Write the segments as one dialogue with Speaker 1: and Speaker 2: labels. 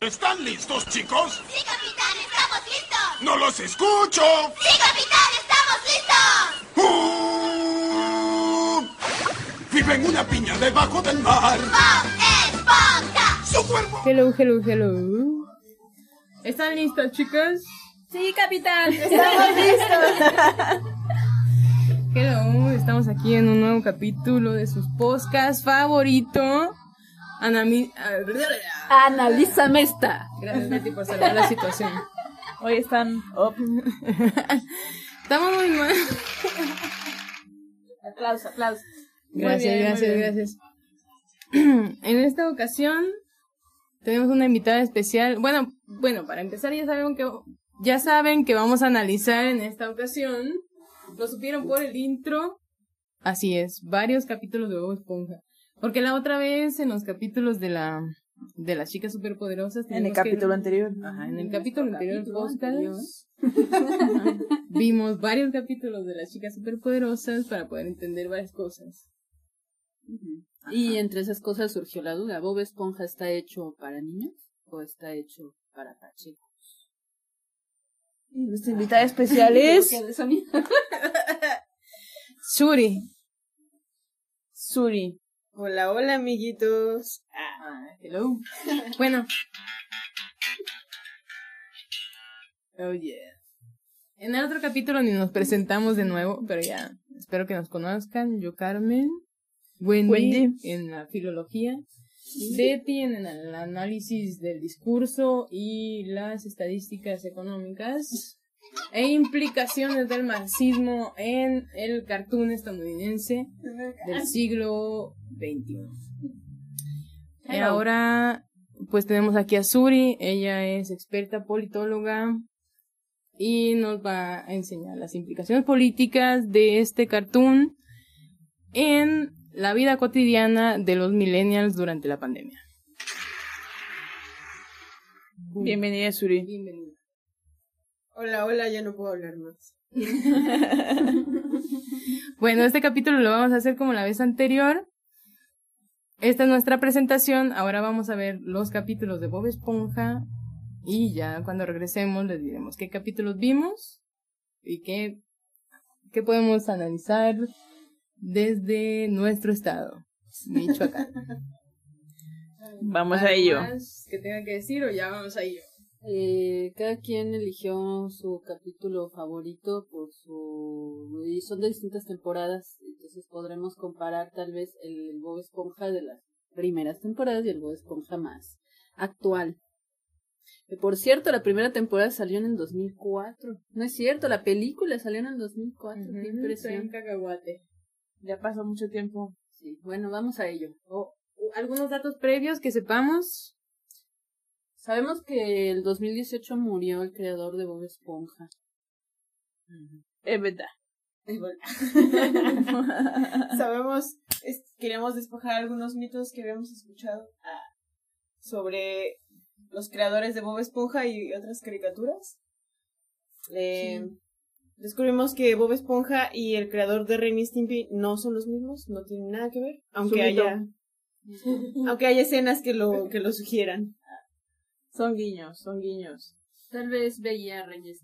Speaker 1: ¿Están listos, chicos?
Speaker 2: ¡Sí, capitán! ¡Estamos listos!
Speaker 1: ¡No los escucho!
Speaker 2: ¡Sí, capitán! ¡Estamos listos!
Speaker 1: ¡Uh! Vive en una piña debajo del mar.
Speaker 2: ¡Bob Esponja!
Speaker 1: Su cuerpo.
Speaker 3: Hello, hello, hello. ¿Están listos, chicos?
Speaker 4: Sí, capitán.
Speaker 3: Hello, estamos aquí en un nuevo capítulo de sus podcasts favorito. Anami... ah,
Speaker 4: Analízame esta.
Speaker 3: Gracias, Nati, por salvar la situación.
Speaker 4: Hoy están up.
Speaker 3: Estamos muy mal.
Speaker 4: Aplausos, aplausos. Muy
Speaker 3: Gracias,
Speaker 4: bien,
Speaker 3: gracias,
Speaker 4: muy bien.
Speaker 3: gracias. en esta ocasión tenemos una invitada especial. Bueno, bueno, para empezar ya saben que ya saben que vamos a analizar en esta ocasión. Lo supieron por el intro. Así es, varios capítulos de Bob Esponja. Porque la otra vez en los capítulos de la de las chicas superpoderosas
Speaker 5: En el
Speaker 3: tuvimos que-
Speaker 5: capítulo anterior.
Speaker 3: Ajá, en el capítulo anterior del podcast vimos varios capítulos de las chicas superpoderosas para poder entender varias cosas.
Speaker 6: Y entre esas cosas surgió la duda, ¿Bob Esponja está hecho para niños o está hecho para Pacheco?
Speaker 5: Y Nuestra invitada especial es
Speaker 6: ¿Qué de sonido?
Speaker 3: Shuri,
Speaker 5: Suri.
Speaker 7: Hola, hola amiguitos.
Speaker 3: Ah, Hello. Bueno. Oh yeah. En el otro capítulo ni nos presentamos de nuevo, pero ya espero que nos conozcan. Yo Carmen, Wendy,
Speaker 5: Wendy.
Speaker 3: en la filología, Betty en el análisis del discurso y las estadísticas económicas e implicaciones del marxismo en el cartoon estadounidense del siglo XXI. Y
Speaker 4: Hello.
Speaker 3: ahora, pues tenemos aquí a Suri, ella es experta politóloga y nos va a enseñar las implicaciones políticas de este cartoon en la vida cotidiana de los millennials durante la pandemia.
Speaker 5: Bienvenida, Suri.
Speaker 3: Bienvenida.
Speaker 7: Hola, hola, ya no puedo hablar más.
Speaker 3: Bueno, este capítulo lo vamos a hacer como la vez anterior. Esta es nuestra presentación. Ahora vamos a ver los capítulos de Bob Esponja. Y ya cuando regresemos les diremos qué capítulos vimos y qué, qué podemos analizar desde nuestro estado, Michoacán.
Speaker 5: Vamos
Speaker 3: ¿Algo
Speaker 5: a ello.
Speaker 3: más que tenga que decir o ya vamos a ello?
Speaker 6: Eh, cada quien eligió su capítulo favorito por su... y son de distintas temporadas, entonces podremos comparar tal vez el Bob Esponja de las primeras temporadas y el Bob Esponja más actual. Que, Por cierto, la primera temporada salió en el 2004. No es cierto, la película salió en el 2004. Qué impresión.
Speaker 3: cacahuate.
Speaker 5: Ya pasó mucho tiempo.
Speaker 6: Sí, bueno, vamos a ello.
Speaker 3: ¿Algunos datos previos que sepamos?
Speaker 6: Sabemos que el 2018 murió el creador de Bob Esponja.
Speaker 5: Es verdad.
Speaker 7: Sabemos, es- queríamos despojar algunos mitos que habíamos escuchado ah, sobre los creadores de Bob Esponja y otras caricaturas. Eh, Descubrimos que Bob Esponja y el creador de Ren y Stimpy no son los mismos, no tienen nada que ver, aunque
Speaker 5: Sumito.
Speaker 7: haya, aunque haya escenas que lo, que lo sugieran.
Speaker 5: Son guiños, son guiños.
Speaker 6: Tal vez veía a Reyes.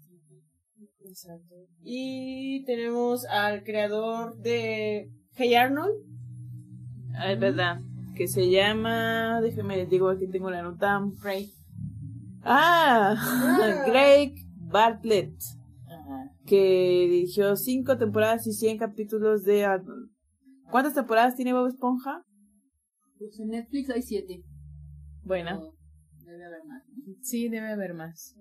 Speaker 7: Y tenemos al creador de Hey Arnold,
Speaker 5: Ah, Es verdad. Que se llama. Déjeme les digo, aquí tengo la nota. Greg. Ah, Greg Bartlett. Que dirigió cinco temporadas y 100 capítulos de Arnold. ¿Cuántas temporadas tiene Bob Esponja?
Speaker 6: Pues en Netflix hay siete.
Speaker 5: Buena.
Speaker 6: O Debe haber más.
Speaker 3: Sí, debe haber más.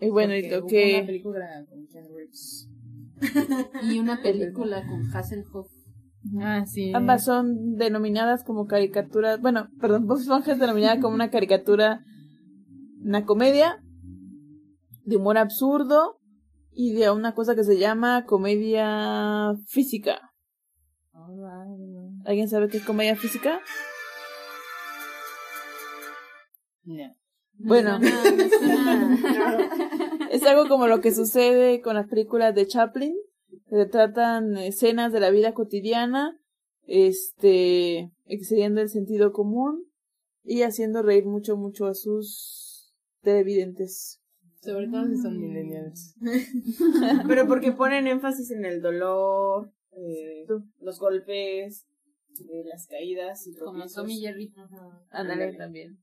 Speaker 5: Es Eh, bueno, y
Speaker 3: Porque
Speaker 5: lo
Speaker 3: hubo
Speaker 5: que.
Speaker 3: una película con Keanu Reeves.
Speaker 6: Y una película con Hasselhoff.
Speaker 3: Ah, sí.
Speaker 5: Ambas son denominadas como caricaturas. Bueno, perdón, Bob Esponja es denominada como una caricatura, una comedia de humor absurdo y de una cosa que se llama comedia física. ¿Alguien sabe qué es comedia física?
Speaker 6: Me
Speaker 5: Bueno.
Speaker 6: suena- me suena-
Speaker 5: Es algo como lo que sucede con las películas de Chaplin, que tratan escenas de la vida cotidiana, este, excediendo el sentido común y haciendo reír mucho, mucho a sus televidentes.
Speaker 3: Sobre todo si son millennials.
Speaker 7: Pero porque ponen énfasis en el dolor, eh, los golpes, eh, las caídas y
Speaker 6: Como
Speaker 7: tropiezos.
Speaker 6: Tommy Jerry.
Speaker 7: Ándale.
Speaker 5: también.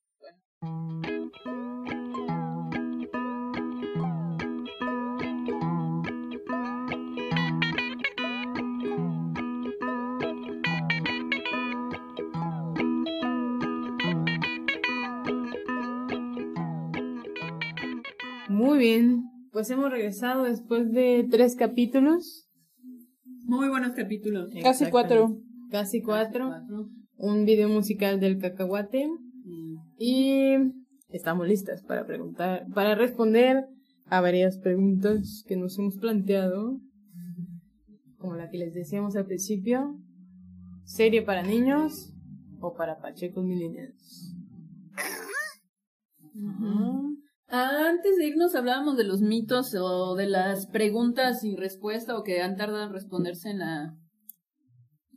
Speaker 3: Muy bien. Pues hemos regresado después de tres capítulos.
Speaker 4: Muy buenos capítulos.
Speaker 5: Casi cuatro.
Speaker 3: Casi cuatro. Un video musical del cacahuate. Y estamos listas para preguntar, para responder a varias preguntas que nos hemos planteado. Como la que les decíamos al principio. ¿Serie para niños o para pachecos millennials?
Speaker 6: Antes de irnos hablábamos de los mitos o de las preguntas sin respuesta o que han tardado en responderse en la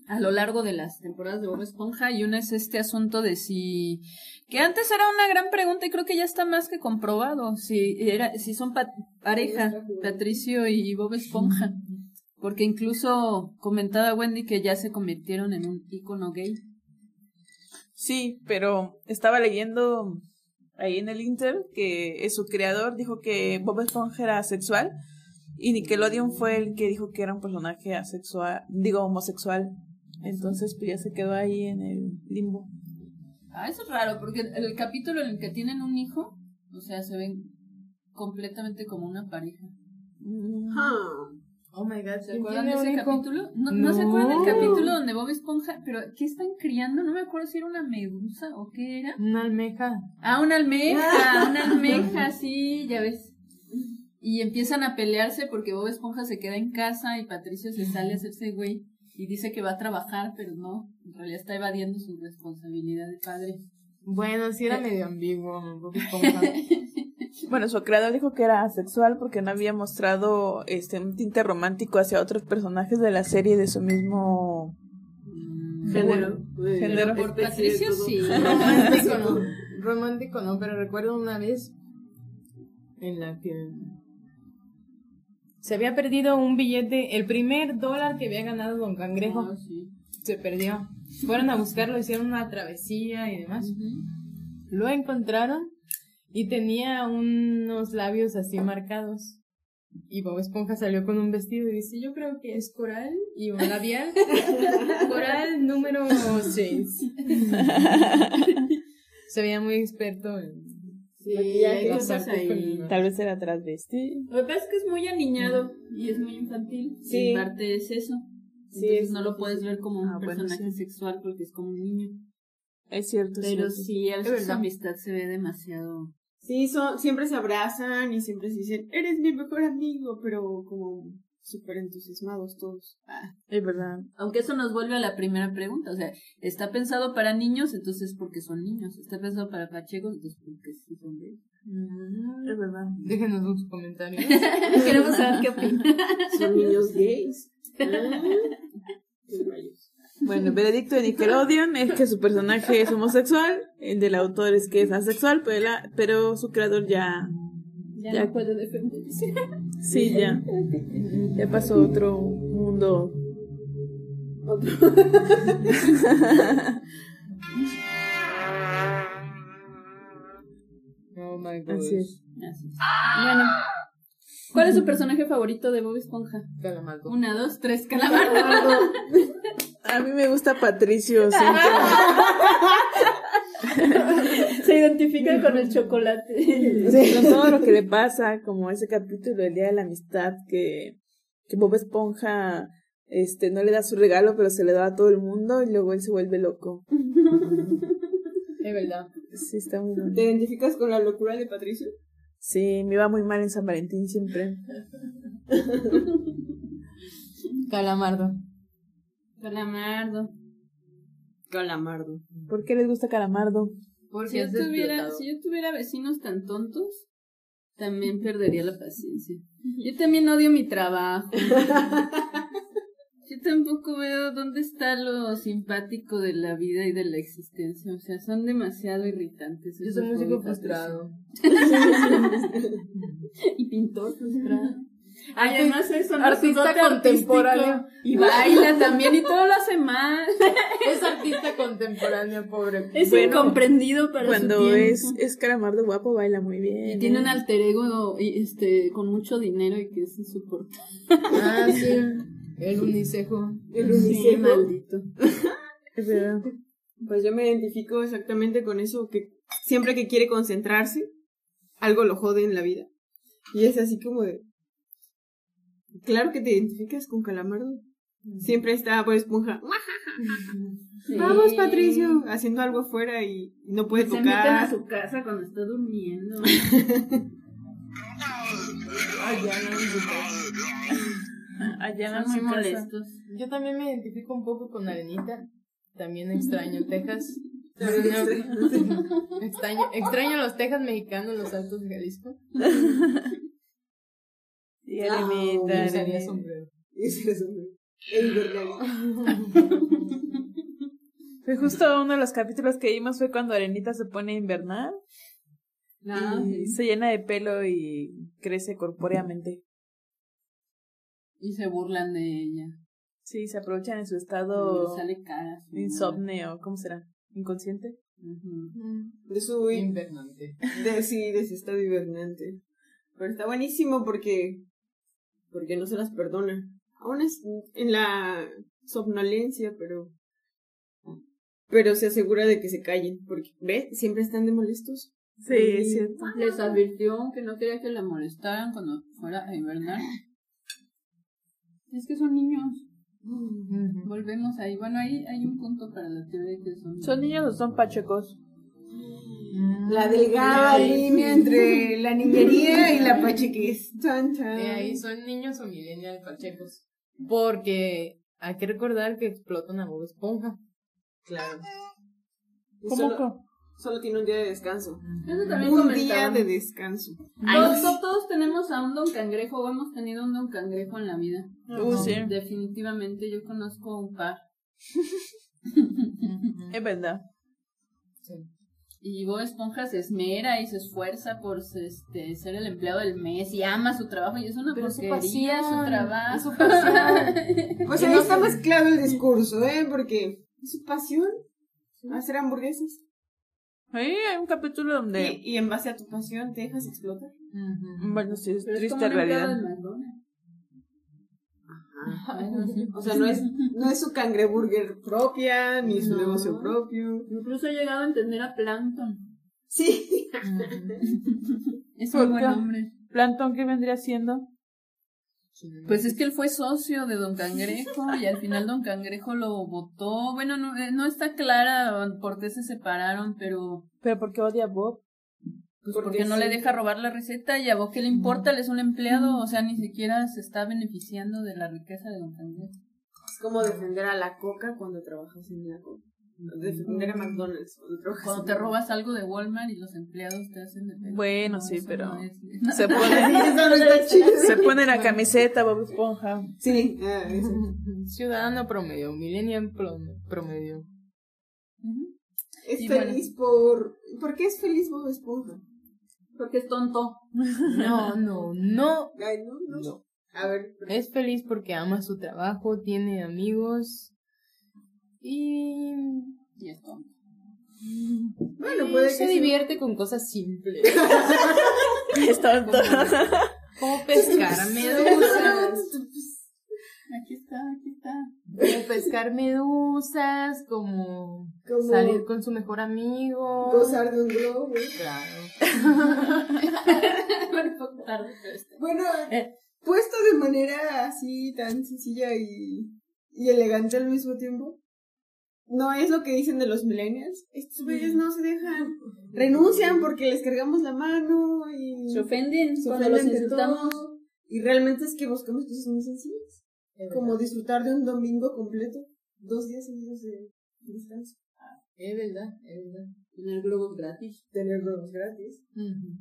Speaker 6: a lo largo de las temporadas de Bob Esponja y una es este asunto de si que antes era una gran pregunta y creo que ya está más que comprobado si era si son pa- pareja Patricio y Bob Esponja porque incluso comentaba Wendy que ya se convirtieron en un ícono gay
Speaker 5: Sí, pero estaba leyendo ahí en el Inter que eh, su creador dijo que Bob Esponja era asexual y Nickelodeon fue el que dijo que era un personaje asexual, digo homosexual. Entonces pues ya se quedó ahí en el limbo.
Speaker 6: Ah, eso es raro, porque el capítulo en el que tienen un hijo, o sea, se ven completamente como una pareja.
Speaker 7: Ah,
Speaker 3: Oh my god,
Speaker 6: ¿Se acuerdan de ese capítulo? No, no se
Speaker 3: No.
Speaker 6: acuerdan del capítulo donde Bob Esponja, pero ¿qué están criando? No me acuerdo si era una medusa o qué era.
Speaker 3: Una almeja.
Speaker 6: Ah, una almeja, una almeja, sí, ya ves. Y empiezan a pelearse porque Bob Esponja se queda en casa y Patricio se sale a hacerse güey y dice que va a trabajar, pero no, en realidad está evadiendo su responsabilidad de padre.
Speaker 3: Bueno, sí era
Speaker 6: Eh.
Speaker 3: medio ambiguo. Bob Esponja.
Speaker 5: Bueno, su creador dijo que era asexual porque no había mostrado este un tinte romántico hacia otros personajes de la serie de su mismo
Speaker 7: Género.
Speaker 5: género.
Speaker 6: Mm, Por Patricio sí.
Speaker 3: romántico no. Romántico no, pero recuerdo una vez en la que se había perdido un billete, el primer dólar que había ganado Don Cangrejo
Speaker 6: Ah, sí.
Speaker 3: se perdió. Fueron a buscarlo, hicieron una travesía y demás. Lo encontraron y tenía unos labios así marcados. Y Bob Esponja salió con un vestido y dice, yo creo que es coral y un labial. coral número 6. Se veía muy experto en...
Speaker 6: Sí,
Speaker 3: Maquillaje,
Speaker 6: hay
Speaker 3: las
Speaker 6: cosas
Speaker 3: artes
Speaker 6: ahí.
Speaker 3: femeninas.
Speaker 5: Tal vez era transvesti.
Speaker 6: Lo que pasa es que es muy aniñado y es muy infantil.
Speaker 7: Sí.
Speaker 6: Y parte es eso.
Speaker 7: Sí,
Speaker 6: Entonces
Speaker 7: es-
Speaker 6: no lo puedes ver como un
Speaker 5: Ah, bueno,
Speaker 6: personaje
Speaker 5: sí.
Speaker 6: sexual porque es como un niño.
Speaker 5: Es cierto. es cierto.
Speaker 6: Pero sí, a
Speaker 3: Es
Speaker 6: veces su
Speaker 3: verdad.
Speaker 6: amistad se ve demasiado.
Speaker 7: Sí, son, siempre se abrazan y siempre se dicen, eres mi mejor amigo, pero como súper entusiasmados todos. Ah,
Speaker 5: Es verdad.
Speaker 6: Aunque eso nos vuelve a la primera pregunta. O sea, está pensado para niños, entonces porque son niños. Está pensado para pachecos, entonces porque sí son gays.
Speaker 5: Es verdad.
Speaker 3: Déjenos sus comentarios.
Speaker 6: Queremos saber qué opinan.
Speaker 7: son niños gays. Ah, qué rayos.
Speaker 5: Bueno, el veredicto de Nickelodeon es que su personaje es homosexual, el del autor es que es asexual, pero, la- pero su creador ya... Ya, no puede defenderse. Sí, ya. Ya pasó a otro mundo.
Speaker 3: Oh my god.
Speaker 5: Así es.
Speaker 6: Así es. Bueno. ¿Cuál es su personaje favorito de Bob Esponja?
Speaker 3: Calamardo.
Speaker 6: Una, dos, tres, calamardo.
Speaker 5: A mí me gusta Patricio. siempre.
Speaker 6: Se identifica con el chocolate.
Speaker 5: Con todo lo que le pasa, como ese capítulo del Día de la Amistad, que, que Bob Esponja este, no le da su regalo, pero se le da a todo el mundo y luego él se vuelve loco.
Speaker 3: Es verdad.
Speaker 5: Sí, está muy bueno.
Speaker 7: ¿Te identificas con la locura de Patricio?
Speaker 5: Sí, me va muy mal en San Valentín siempre.
Speaker 3: Calamardo.
Speaker 6: Calamardo.
Speaker 7: Calamardo.
Speaker 5: ¿Por qué les gusta Calamardo?
Speaker 6: Si yo, tuviera, si yo tuviera vecinos tan tontos, también perdería la paciencia. Yo también odio mi trabajo. Yo tampoco veo dónde está lo simpático de la vida y de la existencia. O sea, son demasiado irritantes.
Speaker 3: Yo
Speaker 6: esos
Speaker 3: soy músico
Speaker 6: juegos
Speaker 3: frustrado.
Speaker 6: Y pintor frustrado. Ay, además es un
Speaker 3: Artista
Speaker 6: artista
Speaker 3: contemporáneo.
Speaker 6: contemporáneo. Y baila también y todo lo hace mal.
Speaker 3: Es artista contemporáneo, pobre.
Speaker 6: Es
Speaker 5: Bueno,
Speaker 6: incomprendido para su
Speaker 5: Cuando
Speaker 6: tiempo.
Speaker 5: es, es caramardo guapo, baila muy bien.
Speaker 6: Y tiene
Speaker 5: ¿eh?
Speaker 6: un alter ego y, este, con mucho dinero y que es insoportable.
Speaker 3: Ah, sí. El unicejo.
Speaker 7: El unicejo.
Speaker 6: maldito.
Speaker 5: Es verdad.
Speaker 7: Pues yo me identifico exactamente con eso, que siempre que quiere concentrarse, algo lo jode en la vida. Y es así como de... Claro que te identificas con Calamardo.
Speaker 5: Mm.
Speaker 7: Siempre está por esponja. Vamos, Patricio. Haciendo algo afuera y no puede
Speaker 6: Se meten a
Speaker 7: tocar.
Speaker 6: su casa cuando está durmiendo.
Speaker 5: Allá en
Speaker 6: Están muy
Speaker 5: su casa.
Speaker 6: molestos.
Speaker 3: Yo también me identifico un poco con Arenita. También extraño Texas. No, extraño, extraño los Texas mexicanos, los altos de Jalisco.
Speaker 5: Y
Speaker 3: Ah,
Speaker 5: Arenita,
Speaker 3: me usaría
Speaker 5: Arenita.
Speaker 3: sombrero.
Speaker 7: Ese es un- el verdadero.
Speaker 5: Pues justo uno de los capítulos que vimos fue cuando Arenita se pone a invernar
Speaker 6: Ah,
Speaker 5: y se llena de pelo y crece corpóreamente.
Speaker 6: Y se burlan de ella.
Speaker 5: Sí, se aprovechan en su
Speaker 6: Le
Speaker 5: estado
Speaker 6: Sale cara. su-
Speaker 5: insomnio, ¿cómo será? ¿Inconsciente?
Speaker 6: Ujú.
Speaker 7: De su
Speaker 3: Invernante.
Speaker 7: De, sí, de su estado hibernante. Pero está buenísimo porque. Porque no se las perdona. Aún es en la somnolencia, pero. Pero se asegura de que se callen. Porque, ¿ves? Siempre están de molestos.
Speaker 5: Sí, es cierto.
Speaker 6: Les advirtió que no quería que la molestaran cuando fuera a hibernar. Es que son niños.
Speaker 3: Mm.
Speaker 6: Volvemos ahí. Bueno, ahí hay un punto para la teoría de que son
Speaker 5: ¿Son niños o son pachecos?
Speaker 7: La delgada
Speaker 3: Ay.
Speaker 7: línea entre la niñería y la pachequez. Chan, chan.
Speaker 3: De Eh, ahí son niños o millennial pachecos. Porque hay que recordar que explotan a Bob Esponja.
Speaker 7: Claro. Y
Speaker 5: ¿Cómo?
Speaker 7: Solo,
Speaker 5: co-
Speaker 7: solo tiene un día de descanso.
Speaker 6: Eso también
Speaker 7: Un día
Speaker 6: comentaban.
Speaker 7: de descanso.
Speaker 6: Todos, todos- todos tenemos a un don cangrejo o hemos tenido un don cangrejo en la vida.
Speaker 5: Uh, sí.
Speaker 6: Definitivamente yo conozco un par.
Speaker 5: Es verdad.
Speaker 6: Y Bob Esponja se esmera y se esfuerza por se- este, ser el empleado del mes y ama su trabajo y es una
Speaker 3: Pero es su
Speaker 6: porquería su
Speaker 3: pasión,
Speaker 6: trabajo.
Speaker 3: es su pasión.
Speaker 7: O sea, ahí está más claro el discurso, ¿eh? Porque es su pasión hacer hamburguesas.
Speaker 5: Ahí hay un capítulo donde...
Speaker 7: Y, y en base a tu pasión te dejas explotar.
Speaker 5: Bueno, sí, es
Speaker 6: Pero es
Speaker 5: triste
Speaker 6: como un empleado
Speaker 5: realidad.
Speaker 6: de McDonald's.
Speaker 7: O sea, no es, no es su cangreburger propia, ni su
Speaker 6: No.
Speaker 7: negocio propio.
Speaker 6: Incluso he llegado a entender a Plankton.
Speaker 7: Sí.
Speaker 6: Es
Speaker 5: ¿Por
Speaker 6: un buen
Speaker 5: qué?
Speaker 6: hombre.
Speaker 5: ¿Plantón qué vendría siendo?
Speaker 6: Pues es que él fue socio de Don Cangrejo y al final Don Cangrejo lo votó. Bueno, no, eh, no está clara por qué se separaron, pero
Speaker 5: ¿Pero por qué odia a Bob?
Speaker 6: pues
Speaker 7: Porque
Speaker 6: porque, no
Speaker 7: sí.
Speaker 6: le deja robar la receta y a vos qué le importa, él es un empleado, o sea, ni siquiera se está beneficiando de la riqueza de Don Cangrejo.
Speaker 7: Es como defender a la coca cuando trabajas en la coca. Defender a McDonald's cuando trabajas
Speaker 6: Cuando
Speaker 7: en
Speaker 6: te
Speaker 7: la Coca.
Speaker 6: robas algo de Walmart y los empleados te hacen de pedo.
Speaker 5: Bueno,
Speaker 6: No,
Speaker 5: sí,
Speaker 6: eso
Speaker 5: pero-
Speaker 6: no es-
Speaker 5: Se pone,
Speaker 7: Eso no está chido.
Speaker 5: se pone la camiseta Bob Esponja.
Speaker 7: Sí, ah, eso.
Speaker 3: Ciudadano promedio, millennial prom- promedio.
Speaker 6: Ujú.
Speaker 7: Es
Speaker 6: Y
Speaker 7: feliz por. ¿Por qué es feliz Bob Esponja?
Speaker 6: Porque es tonto.
Speaker 3: No, no, no.
Speaker 7: Ay, no, no. A ver,
Speaker 3: Es feliz porque ama su trabajo, tiene amigos y,
Speaker 6: Y es tonto.
Speaker 7: bueno,
Speaker 3: y
Speaker 7: puede que
Speaker 3: se
Speaker 7: sí.
Speaker 3: divierte con cosas simples,
Speaker 5: Es tonto.
Speaker 3: como pescar medusas,
Speaker 6: Aquí está, aquí está.
Speaker 3: como pescar medusas, como
Speaker 7: Como
Speaker 3: salir con su mejor amigo.
Speaker 7: gozar de un globo.
Speaker 3: Claro.
Speaker 6: Un poco tarde, pero este, está.
Speaker 7: Bueno, puesto de manera así tan sencilla y, y elegante al mismo tiempo. No es lo que dicen de los millennials. Estos güeyes no se dejan. Renuncian porque les cargamos la mano y
Speaker 6: Se ofenden
Speaker 7: se
Speaker 6: cuando
Speaker 7: ofenden
Speaker 6: los
Speaker 7: de
Speaker 6: insultamos.
Speaker 7: todo. Y realmente es que buscamos cosas muy sencillas. Como disfrutar de un domingo completo. Dos días seguidos de descanso.
Speaker 3: Es verdad, es verdad.
Speaker 6: Tener globos gratis.
Speaker 7: Tener globos gratis.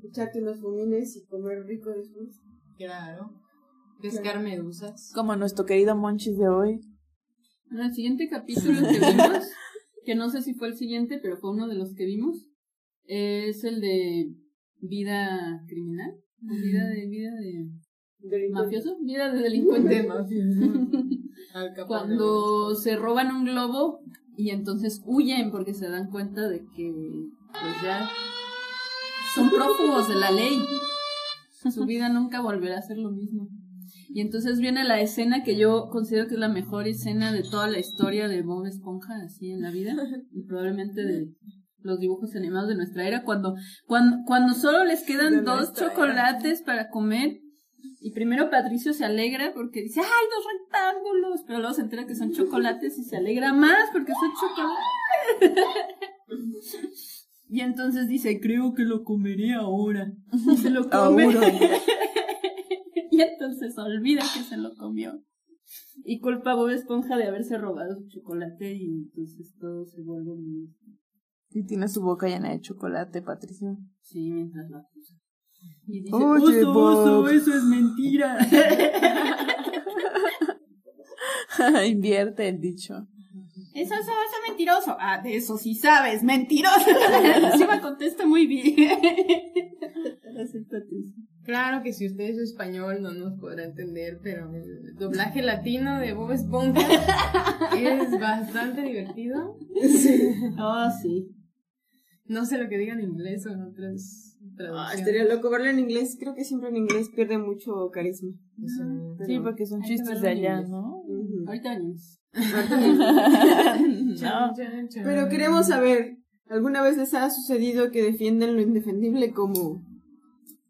Speaker 7: Echarte unos fumines y comer rico después.
Speaker 3: Claro. Pescar medusas.
Speaker 5: Como nuestro querido Monchis de hoy.
Speaker 6: Bueno, el siguiente capítulo que vimos, que no sé si fue el siguiente, pero fue uno de los que vimos, es el de vida criminal, o vida de vida de mafioso, vida de delincuente.
Speaker 8: Al Capone.
Speaker 6: Cuando se roban un globo y entonces huyen porque se dan cuenta de que pues ya son prófugos de la ley. Su vida nunca volverá a ser lo mismo. Y entonces viene la escena que yo considero que es la mejor escena de toda la historia de Bob Esponja, así en la vida, y probablemente de los dibujos animados de nuestra era, cuando, cuando, cuando solo les quedan
Speaker 5: De
Speaker 6: dos
Speaker 5: nuestra era.
Speaker 6: chocolates para comer. Y primero Patricio se alegra porque dice, ¡ay, dos rectángulos! Pero luego se entera que son chocolates y se alegra más porque son chocolates. Y entonces dice, creo que lo comeré ahora. Y se lo
Speaker 5: Ah,
Speaker 6: come. y entonces olvida que se lo comió. Y culpa a Bob Esponja de haberse robado su chocolate y entonces todo se vuelve muy...
Speaker 5: Y tiene su boca llena de chocolate, Patricio.
Speaker 6: Sí, mientras lo acusa. Y dice,
Speaker 5: Oye,
Speaker 6: oso,
Speaker 5: Bob".
Speaker 6: oso, eso es mentira.
Speaker 5: Invierte el dicho.
Speaker 6: Es oso, oso mentiroso. Ah, de eso sí sabes, mentiroso. sí me contesta muy bien.
Speaker 3: Claro que si usted es español no nos podrá entender, pero el doblaje latino de Bob Esponja es bastante divertido.
Speaker 6: Oh, sí.
Speaker 3: No sé lo que digan en inglés o en otras
Speaker 7: Ah,
Speaker 3: traducciones.
Speaker 7: estaría loco verlo en inglés. Creo que siempre en inglés pierde mucho carisma.
Speaker 3: O sea,
Speaker 5: Sí, porque son
Speaker 6: hay que
Speaker 5: chistes
Speaker 6: verlo
Speaker 5: de
Speaker 6: en
Speaker 5: allá,
Speaker 6: inglés.
Speaker 5: ¿no?
Speaker 7: Ujú.
Speaker 6: Ahorita venimos.
Speaker 5: No.
Speaker 3: chan, chan.
Speaker 7: Ah. Pero queremos saber, ¿alguna vez les ha sucedido que defienden lo indefendible como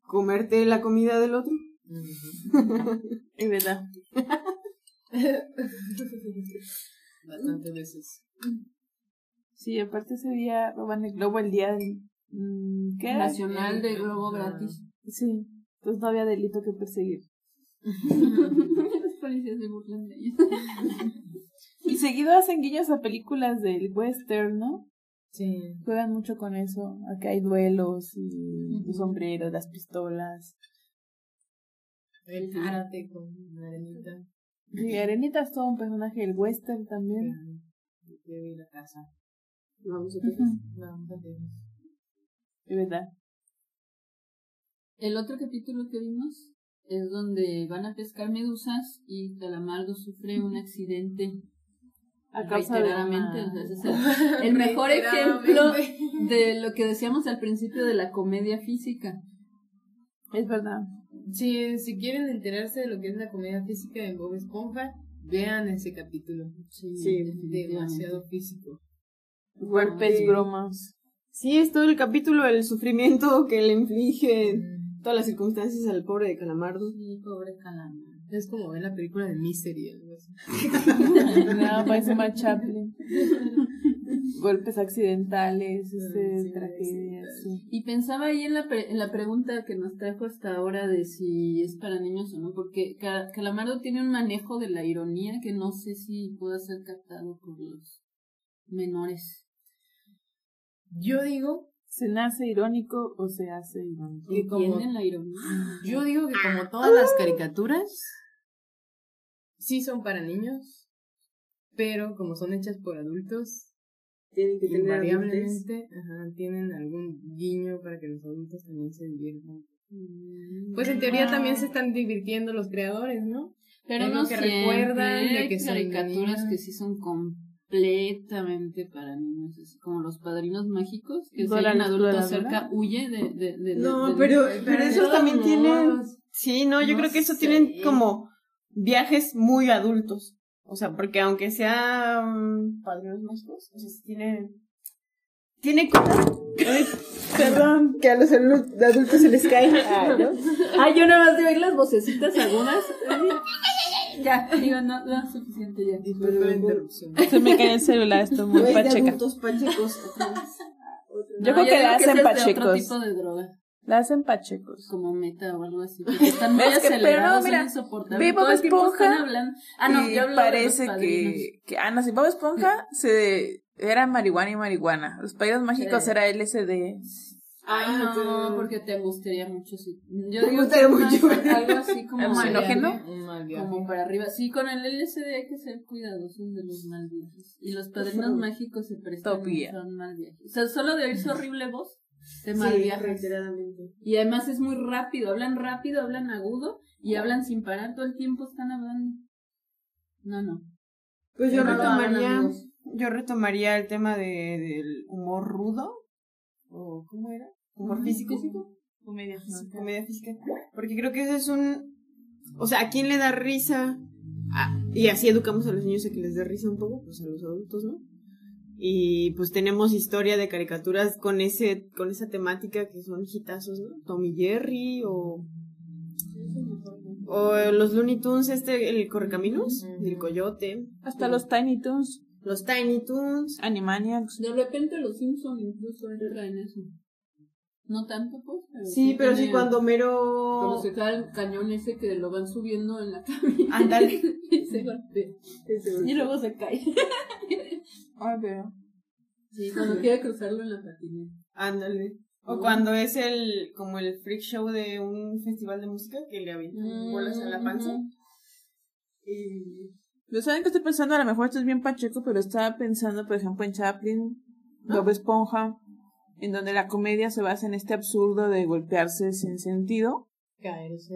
Speaker 7: comerte la comida del otro?
Speaker 5: Es verdad.
Speaker 8: Bastantes veces.
Speaker 5: Sí, aparte ese día roban el globo el día del... mm, ¿Qué? era?
Speaker 6: Nacional de Globo Gratis.
Speaker 5: Sí. Entonces no había delito que perseguir.
Speaker 6: Los policías se burlan de ellos.
Speaker 5: Y seguido hacen guiños a películas del western, ¿no?
Speaker 8: Sí.
Speaker 5: Juegan mucho con eso. Acá hay duelos y los sombreros, las pistolas.
Speaker 8: El karate con una arenita.
Speaker 5: Y Arenita es todo un personaje del western también.
Speaker 8: Yo quiero ir a casa.
Speaker 7: Vamos a
Speaker 5: Ujú,
Speaker 8: Vamos a tenis.
Speaker 5: Es verdad.
Speaker 6: El otro capítulo que vimos es donde van a pescar medusas y Calamardo sufre un accidente.
Speaker 5: A causa de
Speaker 6: Reiteradamente,
Speaker 5: una-
Speaker 6: o sea, ese es el, el mejor ejemplo de lo que decíamos al principio de la comedia física.
Speaker 5: Es verdad.
Speaker 3: Sí, si quieren enterarse de lo que es la comedia física de Bob Esponja, vean ese capítulo. Sí,
Speaker 7: Sí,
Speaker 3: demasiado físico.
Speaker 5: Golpes,
Speaker 7: Sí.
Speaker 5: bromas.
Speaker 7: Sí, es todo el capítulo del sufrimiento que le inflige
Speaker 6: Mm.
Speaker 7: todas las circunstancias al pobre de Calamardo.
Speaker 6: Sí, pobre Calamardo.
Speaker 3: Es como ver la película de Misery, algo así.
Speaker 5: Nada, parece más Chaplin. Golpes accidentales, este,
Speaker 3: sí,
Speaker 5: tragedias. sí.
Speaker 6: Y pensaba ahí en la, pre- en la pregunta que nos trajo hasta ahora de si es para niños o no, porque Ca- Calamardo tiene un manejo de la ironía que no sé si pueda ser captado por los menores.
Speaker 3: Yo digo,
Speaker 5: ¿Se nace irónico o se hace irónico?
Speaker 3: Y como-
Speaker 6: ¿Entienden la ironía?
Speaker 3: yo digo que
Speaker 7: Ah.
Speaker 3: como todas las caricaturas, sí son para niños, pero como son hechas por adultos,
Speaker 7: Tienen que tener adultez.
Speaker 3: invariablemente ajá, tienen algún guiño para que los adultos también se diviertan. Pues en teoría también se están divirtiendo los creadores, ¿no?
Speaker 6: Pero
Speaker 3: Es lo
Speaker 6: no
Speaker 3: que
Speaker 6: siempre,
Speaker 3: recuerdan de
Speaker 6: hay
Speaker 3: que son
Speaker 6: caricaturas
Speaker 3: niños.
Speaker 6: que sí son completamente para niños, así como los padrinos mágicos, que si
Speaker 5: Dora
Speaker 6: hay un
Speaker 5: la
Speaker 6: adulto
Speaker 5: exploradora.
Speaker 6: cerca huye de... de, de-
Speaker 7: No,
Speaker 6: de-
Speaker 7: pero,
Speaker 6: de-
Speaker 7: pero esos
Speaker 6: de-
Speaker 7: también
Speaker 6: no,
Speaker 7: tienen... Sí, no, yo
Speaker 6: no
Speaker 7: creo que esos
Speaker 6: sé.
Speaker 7: tienen como viajes muy adultos. O sea, porque aunque sea mm, padrinos mágicos, o sea, sí tiene... Tiene cosas... Ay, Perdón, que a los adul- adultos se les cae. Ah, ¿no?
Speaker 6: Ay, yo nada más de oír las vocecitas agudas. ya, digo, no, no, suficiente ya.
Speaker 3: Disculpen la interrupción.
Speaker 5: Se me cae el celular, estoy muy
Speaker 7: Güey, de
Speaker 5: pacheca.
Speaker 7: adultos pachecos. otra vez.
Speaker 5: Yo
Speaker 6: No,
Speaker 5: creo que
Speaker 6: digo
Speaker 5: la
Speaker 6: ese es
Speaker 5: hacen
Speaker 6: de otro
Speaker 5: pachecos.
Speaker 6: tipo de droga,
Speaker 5: La hacen pachecos.
Speaker 6: como meta o algo así. porque Están muy
Speaker 5: Es que- pero no,
Speaker 6: acelerados,
Speaker 5: mira,
Speaker 6: son insoportables.
Speaker 5: ve Bob
Speaker 6: todo el tiempo
Speaker 5: Esponja
Speaker 6: están hablando. Ah, no,
Speaker 5: Y
Speaker 6: yo hablo
Speaker 5: parece
Speaker 6: de los padrinos.
Speaker 5: que, que. Ah, no, si Bob Esponja se. Era marihuana y marihuana. Los países mágicos
Speaker 6: Sí.
Speaker 5: era LSD.
Speaker 6: Ay, no,
Speaker 4: no.
Speaker 6: porque te gustaría mucho. Si... Yo
Speaker 4: Te
Speaker 6: digo
Speaker 4: gustaría
Speaker 6: que más
Speaker 4: mucho.
Speaker 6: Algo así como.
Speaker 4: ¿Como
Speaker 6: sería,
Speaker 4: enojeno?
Speaker 6: ¿no?
Speaker 8: Un mal viaje.
Speaker 6: Como para arriba. Sí, con el LSD hay que ser cuidadosos de los mal viajes. Y los padrinos mágicos se prestan
Speaker 4: Utopía.
Speaker 6: mucho a un mal viaje. O sea, solo de oír su horrible voz, te mal
Speaker 7: Sí,
Speaker 6: viajas.
Speaker 7: reiteradamente.
Speaker 6: Y además es muy rápido, hablan rápido, hablan agudo y hablan sin parar, todo el tiempo están hablando. No, no.
Speaker 7: Pues yo
Speaker 6: No lo hagan,
Speaker 7: retomaría,
Speaker 6: amigos.
Speaker 7: yo retomaría el tema de, del humor rudo, o ¿cómo era? Humor físico.
Speaker 4: Comedia.
Speaker 7: Sí, Comedia física. Porque creo que ese es un... O sea, ¿a quién le da risa? Ah, y así educamos a los niños a que les dé risa un poco, pues a los adultos, ¿no? Y pues tenemos historia de caricaturas con ese con esa temática que son hitazos, ¿no? Tommy Jerry o o los Looney Tunes este el Correcaminos, del Coyote,
Speaker 5: Hasta los Tiny Toons,
Speaker 7: los Tiny Tunes.
Speaker 5: Animaniacs.
Speaker 6: De repente los Simpson incluso entran en eso. No tanto, pues. Pero
Speaker 7: Sí, pero sí
Speaker 6: tienen-
Speaker 7: cuando
Speaker 6: Como
Speaker 7: mero
Speaker 6: se cae el cañón ese que lo van subiendo en la cabina.
Speaker 7: Ándale.
Speaker 6: y se golpea. Y luego se cae.
Speaker 5: Ay, pero.
Speaker 6: Sí, cuando quiere cruzarlo en la patineta.
Speaker 7: Ándale. O
Speaker 6: Mm.
Speaker 7: cuando es el, como el freak show de un festival de música que le avientan bolas en la panza. Y...
Speaker 5: ¿Lo saben que estoy pensando? A lo mejor esto es bien pacheco, pero estaba pensando, por ejemplo, en Chaplin, Bob Esponja, en donde la comedia se basa en este absurdo de golpearse sin sentido,
Speaker 8: Caerse.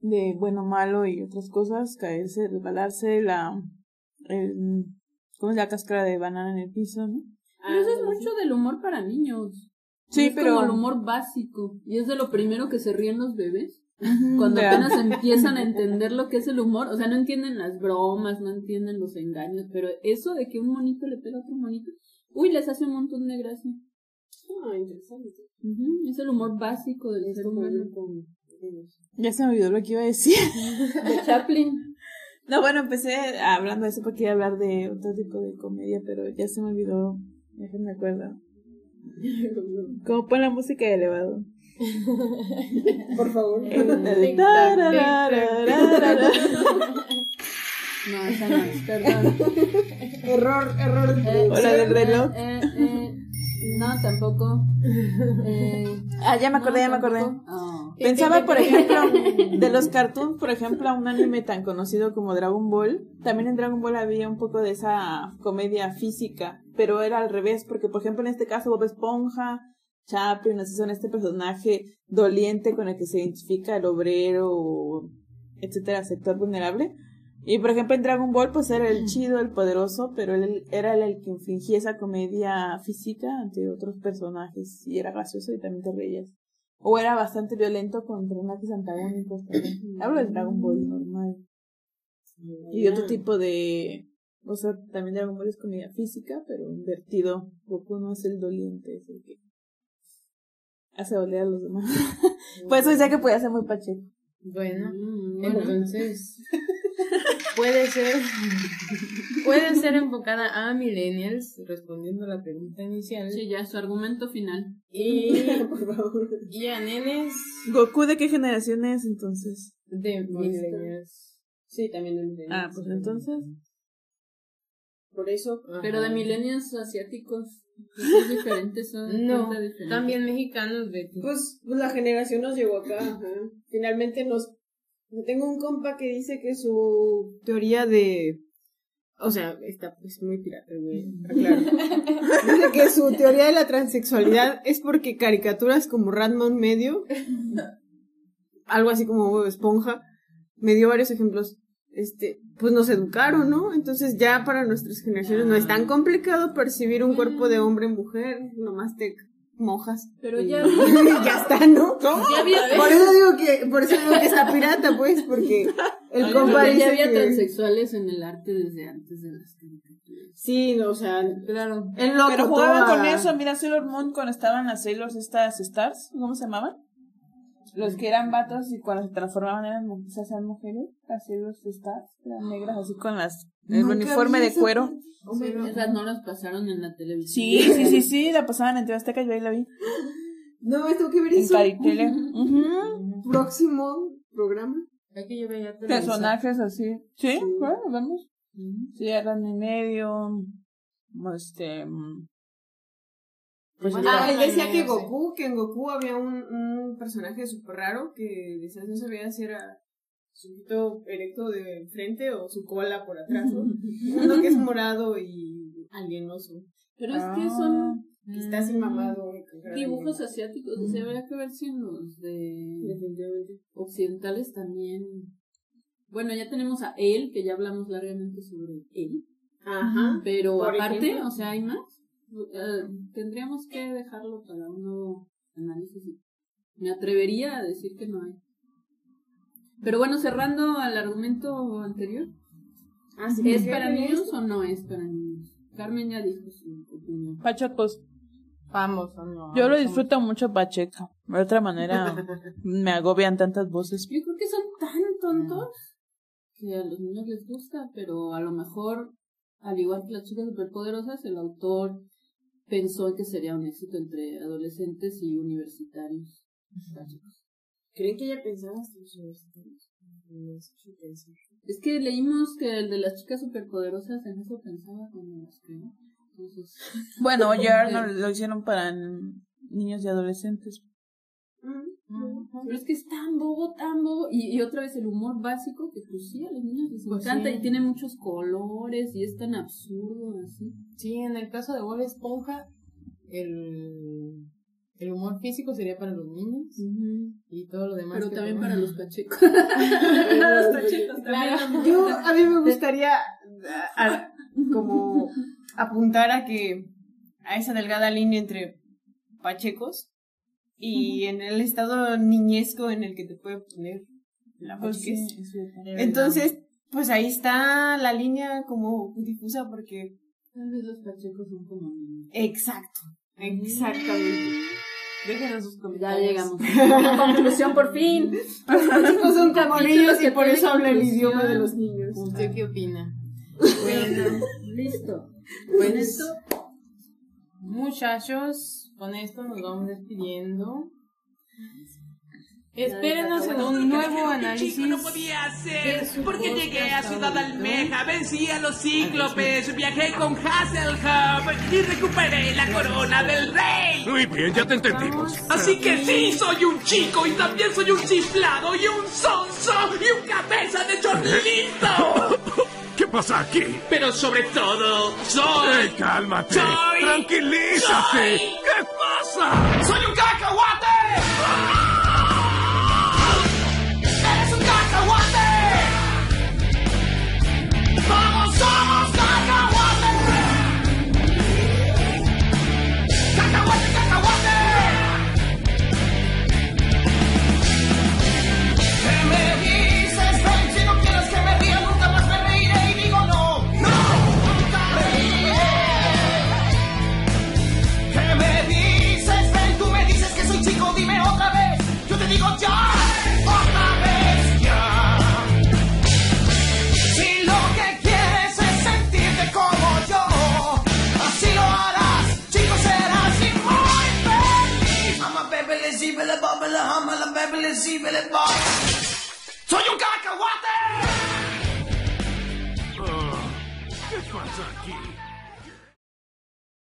Speaker 5: de bueno, malo y otras cosas, caerse, resbalarse, la. el- ¿Cómo es la cáscara de banana en el piso, no?
Speaker 6: Pero eso es mucho del humor para niños.
Speaker 5: Sí,
Speaker 6: es
Speaker 5: pero-
Speaker 6: como el humor básico. Y es de lo primero que se ríen los bebés. Cuando
Speaker 5: De-
Speaker 6: apenas empiezan a entender lo que es el humor. O sea, no entienden las bromas, no entienden los engaños. Pero eso de que un monito le pega a otro monito. Uy, les hace un montón de gracia.
Speaker 7: Ah, interesante.
Speaker 6: Ujú, Es el humor básico del ser humano.
Speaker 5: Ya se me olvidó lo que iba a decir.
Speaker 6: De Chaplin.
Speaker 5: No, bueno, empecé hablando de eso porque iba a hablar de otro tipo de comedia, pero ya se me olvidó. Ya se me acuerdo. Como pon la música de elevado.
Speaker 7: Por favor.
Speaker 6: No, esa no es, perdón.
Speaker 7: error, error.
Speaker 6: Eh,
Speaker 5: O la del reloj.
Speaker 6: eh, eh, no, tampoco. Eh,
Speaker 5: Ah, ya me acordé, ya me acordé.
Speaker 6: Ah.
Speaker 5: Pensaba, por ejemplo, de los cartoons, por ejemplo, un anime tan conocido como Dragon Ball. También en Dragon Ball había un poco de esa comedia física, pero era al revés, porque, por ejemplo, en este caso, Bob Esponja, Chaplin, no sé, son este personaje doliente con el que se identifica el obrero, etcétera, sector vulnerable. Y, por ejemplo, en Dragon Ball, pues era el chido, el poderoso, pero él era el que infringía esa comedia física ante otros personajes y era gracioso y también te reías. O era bastante violento con personajes antagónicos también. Hablo del Dragon Ball normal. Y de otro tipo de. O sea, también Dragon Ball es comedia física, pero invertido. Goku no es el doliente, es el que hace doler a los demás. Por eso decía que podía ser muy pacheco.
Speaker 8: Bueno,
Speaker 6: Mm, bueno.
Speaker 8: entonces. Puede ser. Puede ser enfocada a millennials, respondiendo a la pregunta inicial.
Speaker 6: Sí, ya su argumento final.
Speaker 8: Y, y a nenes
Speaker 5: ¿Goku de qué generación es entonces?
Speaker 8: de millennials.
Speaker 7: Sí, también. de-
Speaker 5: Ah, pues entonces.
Speaker 7: Por eso.
Speaker 8: Ajá.
Speaker 6: Pero de millennials asiáticos es diferente, son
Speaker 8: No,
Speaker 6: cuenta diferente.
Speaker 8: también mexicanos, Betty.
Speaker 7: Pues, pues la generación nos llevó acá. ajá. Finalmente nos. yo Tengo un compa que dice que su teoría de. O sea, está pues muy pirata, güey. Claro. Dice que su teoría de la transexualidad es porque caricaturas como Ratman Medio, algo así como Bob Esponja, me dio varios ejemplos. Este, pues nos educaron, ¿no? Entonces ya para nuestras generaciones no es
Speaker 6: Ah.
Speaker 7: tan complicado percibir un cuerpo de hombre en mujer, nomás te mojas.
Speaker 6: Pero
Speaker 7: y-
Speaker 6: ya-
Speaker 7: ya está, ¿no?
Speaker 6: Ya había,
Speaker 7: Por eso digo que, por eso digo que está pirata, pues, porque el compa
Speaker 6: Porque
Speaker 7: dice
Speaker 6: ya había
Speaker 7: que-
Speaker 6: transexuales en el arte desde antes de las caricaturas.
Speaker 7: Sí, no, o sea, él
Speaker 8: Claro.
Speaker 7: lo
Speaker 5: Pero
Speaker 7: acotó
Speaker 5: jugaban con
Speaker 7: a-
Speaker 5: eso, mira Sailor Moon cuando estaban las Sailors estas Stars, ¿cómo se llamaban? Los que eran vatos y cuando se transformaban eran mu- se hacían mujeres, las Sailors Stars, eran negras así con las el uniforme de cuero.
Speaker 6: Esas no las pasaron en la televisión.
Speaker 5: Sí, sí, sí, sí, la pasaban en TV Azteca, yo ahí la vi.
Speaker 7: No, me tengo que ver
Speaker 5: En
Speaker 7: eso.
Speaker 5: Caritele.
Speaker 7: Próximo programa.
Speaker 8: Hay que yo veía Televisa.
Speaker 5: Personajes así. Sí, bueno, vemos. mm, Sí, eran en medio. Este. mm,
Speaker 6: Pues
Speaker 8: Ah,
Speaker 6: está-
Speaker 7: Ah, él decía
Speaker 8: no
Speaker 7: que
Speaker 8: sé.
Speaker 7: Goku, que en Goku había un, un personaje súper raro que decías no sabía si era su pito erecto de enfrente o su cola por atrás, ¿no? Uno que es morado y alienoso,
Speaker 6: Pero es
Speaker 5: Ah,
Speaker 6: que son
Speaker 7: que está
Speaker 8: Mm.
Speaker 7: así mamado. y con cara de
Speaker 6: dibujos
Speaker 7: mono.
Speaker 6: asiáticos. O sea, habría que ver si en los de
Speaker 7: Definitivamente.
Speaker 6: occidentales también. Bueno, ya tenemos a él, que ya hablamos largamente sobre él.
Speaker 7: Ajá.
Speaker 6: Pero
Speaker 7: Por
Speaker 6: aparte,
Speaker 7: ejemplo.
Speaker 6: o sea, hay más. Eh, tendríamos que dejarlo para un nuevo análisis. Me atrevería a decir que no hay. Pero bueno, cerrando al argumento anterior,
Speaker 7: Así
Speaker 6: Ah, ¿es para niños o no es para niños? Carmen ya dijo su opinión.
Speaker 5: Pachecos.
Speaker 8: Vamos, o no.
Speaker 5: pues, Yo lo
Speaker 8: Vamos.
Speaker 5: disfruto mucho Pacheco. De otra manera me agobian tantas voces.
Speaker 6: Yo creo que son tan tontos
Speaker 8: Ah.
Speaker 6: que a los niños les gusta, pero a lo mejor, al igual que las chicas superpoderosas, el autor pensó que sería un éxito entre adolescentes y universitarios.
Speaker 7: ¿Creen que ella pensaba hasta los universitarios? No sé si pensé.
Speaker 6: Es que leímos que el de las chicas superpoderosas en eso pensaba cuando las creó. Entonces,
Speaker 5: Bueno, oye, Arnold lo hicieron para n- niños y adolescentes.
Speaker 6: pero es que es tan bobo, tan bobo. Y, y otra vez el humor básico que pues sí, a los niños les
Speaker 8: Pues
Speaker 6: encanta
Speaker 8: sí.
Speaker 6: y tiene muchos colores y es tan absurdo así.
Speaker 8: Sí, en el caso de Bob Esponja, el, el humor físico sería para los niños y todo lo demás.
Speaker 6: Pero
Speaker 8: que
Speaker 6: también
Speaker 8: tenemos.
Speaker 6: para los pachecos.
Speaker 7: Los
Speaker 6: tachitos
Speaker 8: Claro.
Speaker 7: Yo, a mí me gustaría a- a- como apuntar a que a esa delgada línea entre pachecos y en el estado niñesco en el que te puede poner la
Speaker 5: Pues sí,
Speaker 7: pachequez.
Speaker 5: es cierto.
Speaker 7: Entonces, pues ahí está la línea como difusa porque...
Speaker 6: Tal vez los pachecos son como niños.
Speaker 7: Exacto, exactamente.
Speaker 8: Déjenos sus
Speaker 6: Ya
Speaker 8: comentarios.
Speaker 6: llegamos. Conclusión por fin.
Speaker 7: Los chicos son como
Speaker 6: Capítulos
Speaker 7: niños y
Speaker 6: que
Speaker 7: por
Speaker 6: tienen
Speaker 7: eso hablan el
Speaker 6: conclusión.
Speaker 7: idioma de los niños.
Speaker 9: Pues,
Speaker 8: ¿Usted qué opina?
Speaker 6: Bueno, listo.
Speaker 8: Pues Muchachos, con esto nos vamos despidiendo. Espérenos en un nuevo análisis.
Speaker 9: chico no podía hacer
Speaker 8: de su
Speaker 9: porque llegué a
Speaker 8: podcast
Speaker 9: Ciudad
Speaker 8: favorito.
Speaker 9: Almeja, vencí a los cíclopes, viajé con Hasselhoff y recuperé la corona del rey.
Speaker 1: Muy bien, ya te entendimos.
Speaker 9: Así que sí, soy un chico y también soy un chiflado y un sonso y un cabeza de chorlito.
Speaker 1: ¿Qué pasa aquí?
Speaker 9: Pero sobre todo,
Speaker 1: ¡Ey,
Speaker 9: soy...
Speaker 1: cálmate!
Speaker 9: Soy-
Speaker 1: ¡Tranquilízate!
Speaker 9: Soy-
Speaker 1: ¿Qué pasa?
Speaker 9: ¡Soy un cacahuate! ¡Eres un cacahuate! ¡Vamos, somos cacahuates! ¡Cacahuate, cacahuate! ¿Qué me dices, ven? Si no quieres que me ría, nunca más me reiré. Y digo no, no, nunca me reiré. ¿Qué me dices? Ven, tú me dices que soy chico, dime otra vez. Yo te digo ya, otra vez ya. Si lo que quieres es sentirte como yo, así lo harás, chico serás y muy feliz. I'm a bebele, zibele, bobele, humble, a bebele, zibele, bobele. ¡Soy un cacahuate!
Speaker 1: Ah, ¿Qué pasa aquí?